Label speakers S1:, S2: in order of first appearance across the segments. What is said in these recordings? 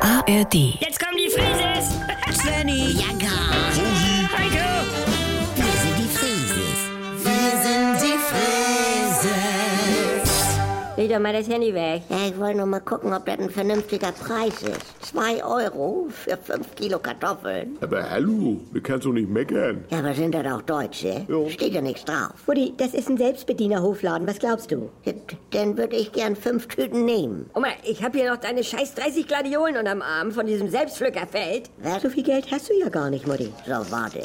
S1: ARD.
S2: Jetzt kommen die Frises!
S3: Svenny,
S4: Ja, gar.
S2: Heiko!
S4: Wir sind die Frieses.
S3: wir sind die Frises.
S5: Leg doch mal das Handy weg.
S4: Ja, ich wollte nur mal gucken, ob das ein vernünftiger Preis ist. Zwei Euro für fünf Kilo Kartoffeln.
S6: Aber hallo, du kannst doch nicht meckern.
S4: Ja, aber sind das auch Deutsche?
S6: Jo.
S4: Steht ja nichts drauf.
S5: Mutti, das ist ein Selbstbediener-Hofladen. Was glaubst du?
S4: Ja, Dann würde ich gern fünf Tüten nehmen.
S5: Oma, ich hab hier noch deine scheiß 30 Gladiolen unterm Arm von diesem Selbstpflückerfeld.
S4: Was?
S5: So viel Geld hast du ja gar nicht, Mutti.
S4: So, warte.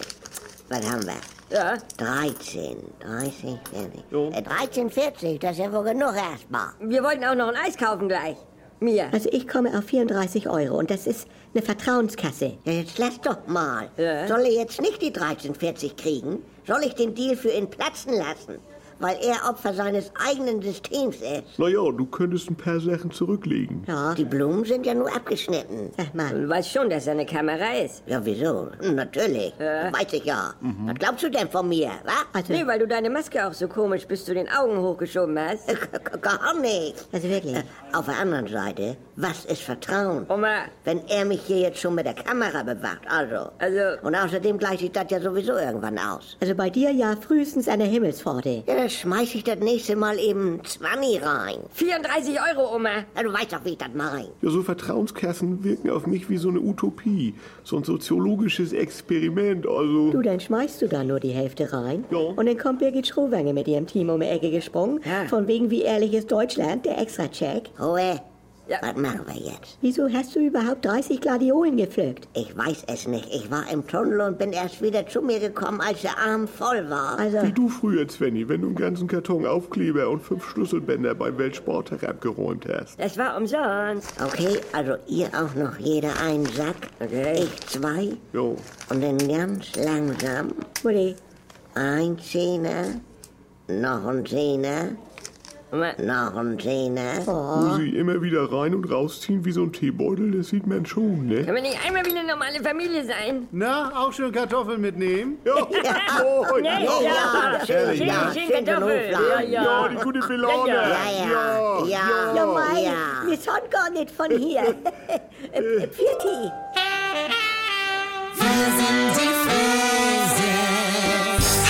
S4: Was haben wir?
S5: Ja,
S4: 13, 30, 40. Äh, 13, 40, das ist ja wohl genug erstmal.
S5: wir wollten auch noch ein Eis kaufen gleich. Mir.
S7: Also ich komme auf 34 Euro und das ist eine Vertrauenskasse.
S4: Ja, jetzt lass doch mal.
S5: Ja.
S4: Soll er jetzt nicht die 1340 kriegen? Soll ich den Deal für ihn platzen lassen? Weil er Opfer seines eigenen Systems ist.
S6: Naja, du könntest ein paar Sachen zurücklegen.
S7: Ja,
S4: Die Blumen sind ja nur abgeschnitten.
S7: sag mal.
S5: Du weißt schon, dass er eine Kamera ist.
S4: Ja, wieso? Hm, Natürlich. Das weiß ich ja. Was glaubst du denn von mir, was?
S7: Mhm. Also,
S5: Nee, weil du deine Maske auch so komisch bis zu den Augen hochgeschoben hast.
S4: Gar nicht.
S7: also wirklich. Oh,
S4: Äh, Auf der anderen Seite, was ist Vertrauen?
S5: Oma,
S4: Wenn er mich hier jetzt schon mit der Kamera bewacht, also.
S5: Also-
S4: Und außerdem gleicht sich das ja sowieso irgendwann aus.
S7: Also bei dir ja frühestens an der Himmelspforte.
S4: Ja, dann schmeiß ich das nächste Mal eben 20 rein.
S5: 34 Euro, Oma.
S4: Ja, du weißt doch, wie ich das meine.
S6: Ja, so Vertrauenskassen wirken auf mich wie so eine Utopie. So ein soziologisches Experiment, also.
S7: Du, dann schmeißt du da nur die Hälfte rein.
S6: Ja.
S7: Und dann kommt Birgit Schrowange mit ihrem Team um die Ecke gesprungen.
S5: Ja.
S7: Von wegen, wie ehrlich ist Deutschland, der Extra-Check.
S4: Hohe,
S5: Ja.
S4: was machen wir jetzt?
S7: Wieso hast du überhaupt 30 Gladiolen gepflückt?
S4: Ich weiß es nicht. Ich war im Tunnel und bin erst wieder zu mir gekommen, als der Arm voll war.
S7: Also,
S6: Wie du früher, Svenny, wenn du einen ganzen Karton Aufkleber und fünf Schlüsselbänder beim Weltsporttag abgeräumt hast.
S5: Das war umsonst.
S4: Okay, also ihr auch noch jeder einen Sack.
S5: Okay.
S4: Ich zwei.
S6: Jo.
S4: Und dann ganz langsam
S7: Mutti,
S4: ein Zehner, noch ein Zehner,
S5: Oma,
S4: noch ein Zehner.
S5: Oh.
S6: Musi immer wieder rein und rausziehen wie so ein Teebeutel, das sieht man schon, ne?
S5: können wir nicht einmal wie eine normale Familie sein?
S8: Na, auch schon Kartoffeln mitnehmen?
S6: Ja, moin.
S5: Nee, ja,
S4: ja,
S5: schön,
S4: schön, ja,
S5: schön,
S4: schön
S5: schön Kartoffeln.
S4: genug,
S5: Ja,
S4: ja.
S5: ja.
S6: ja, die gute Melone.
S4: Ja, ja, ja,
S7: ja, mei,
S4: Oh, ja.
S7: wir sind gar nicht von hier. Äh, Pfiati.
S3: Wir sind die Frises.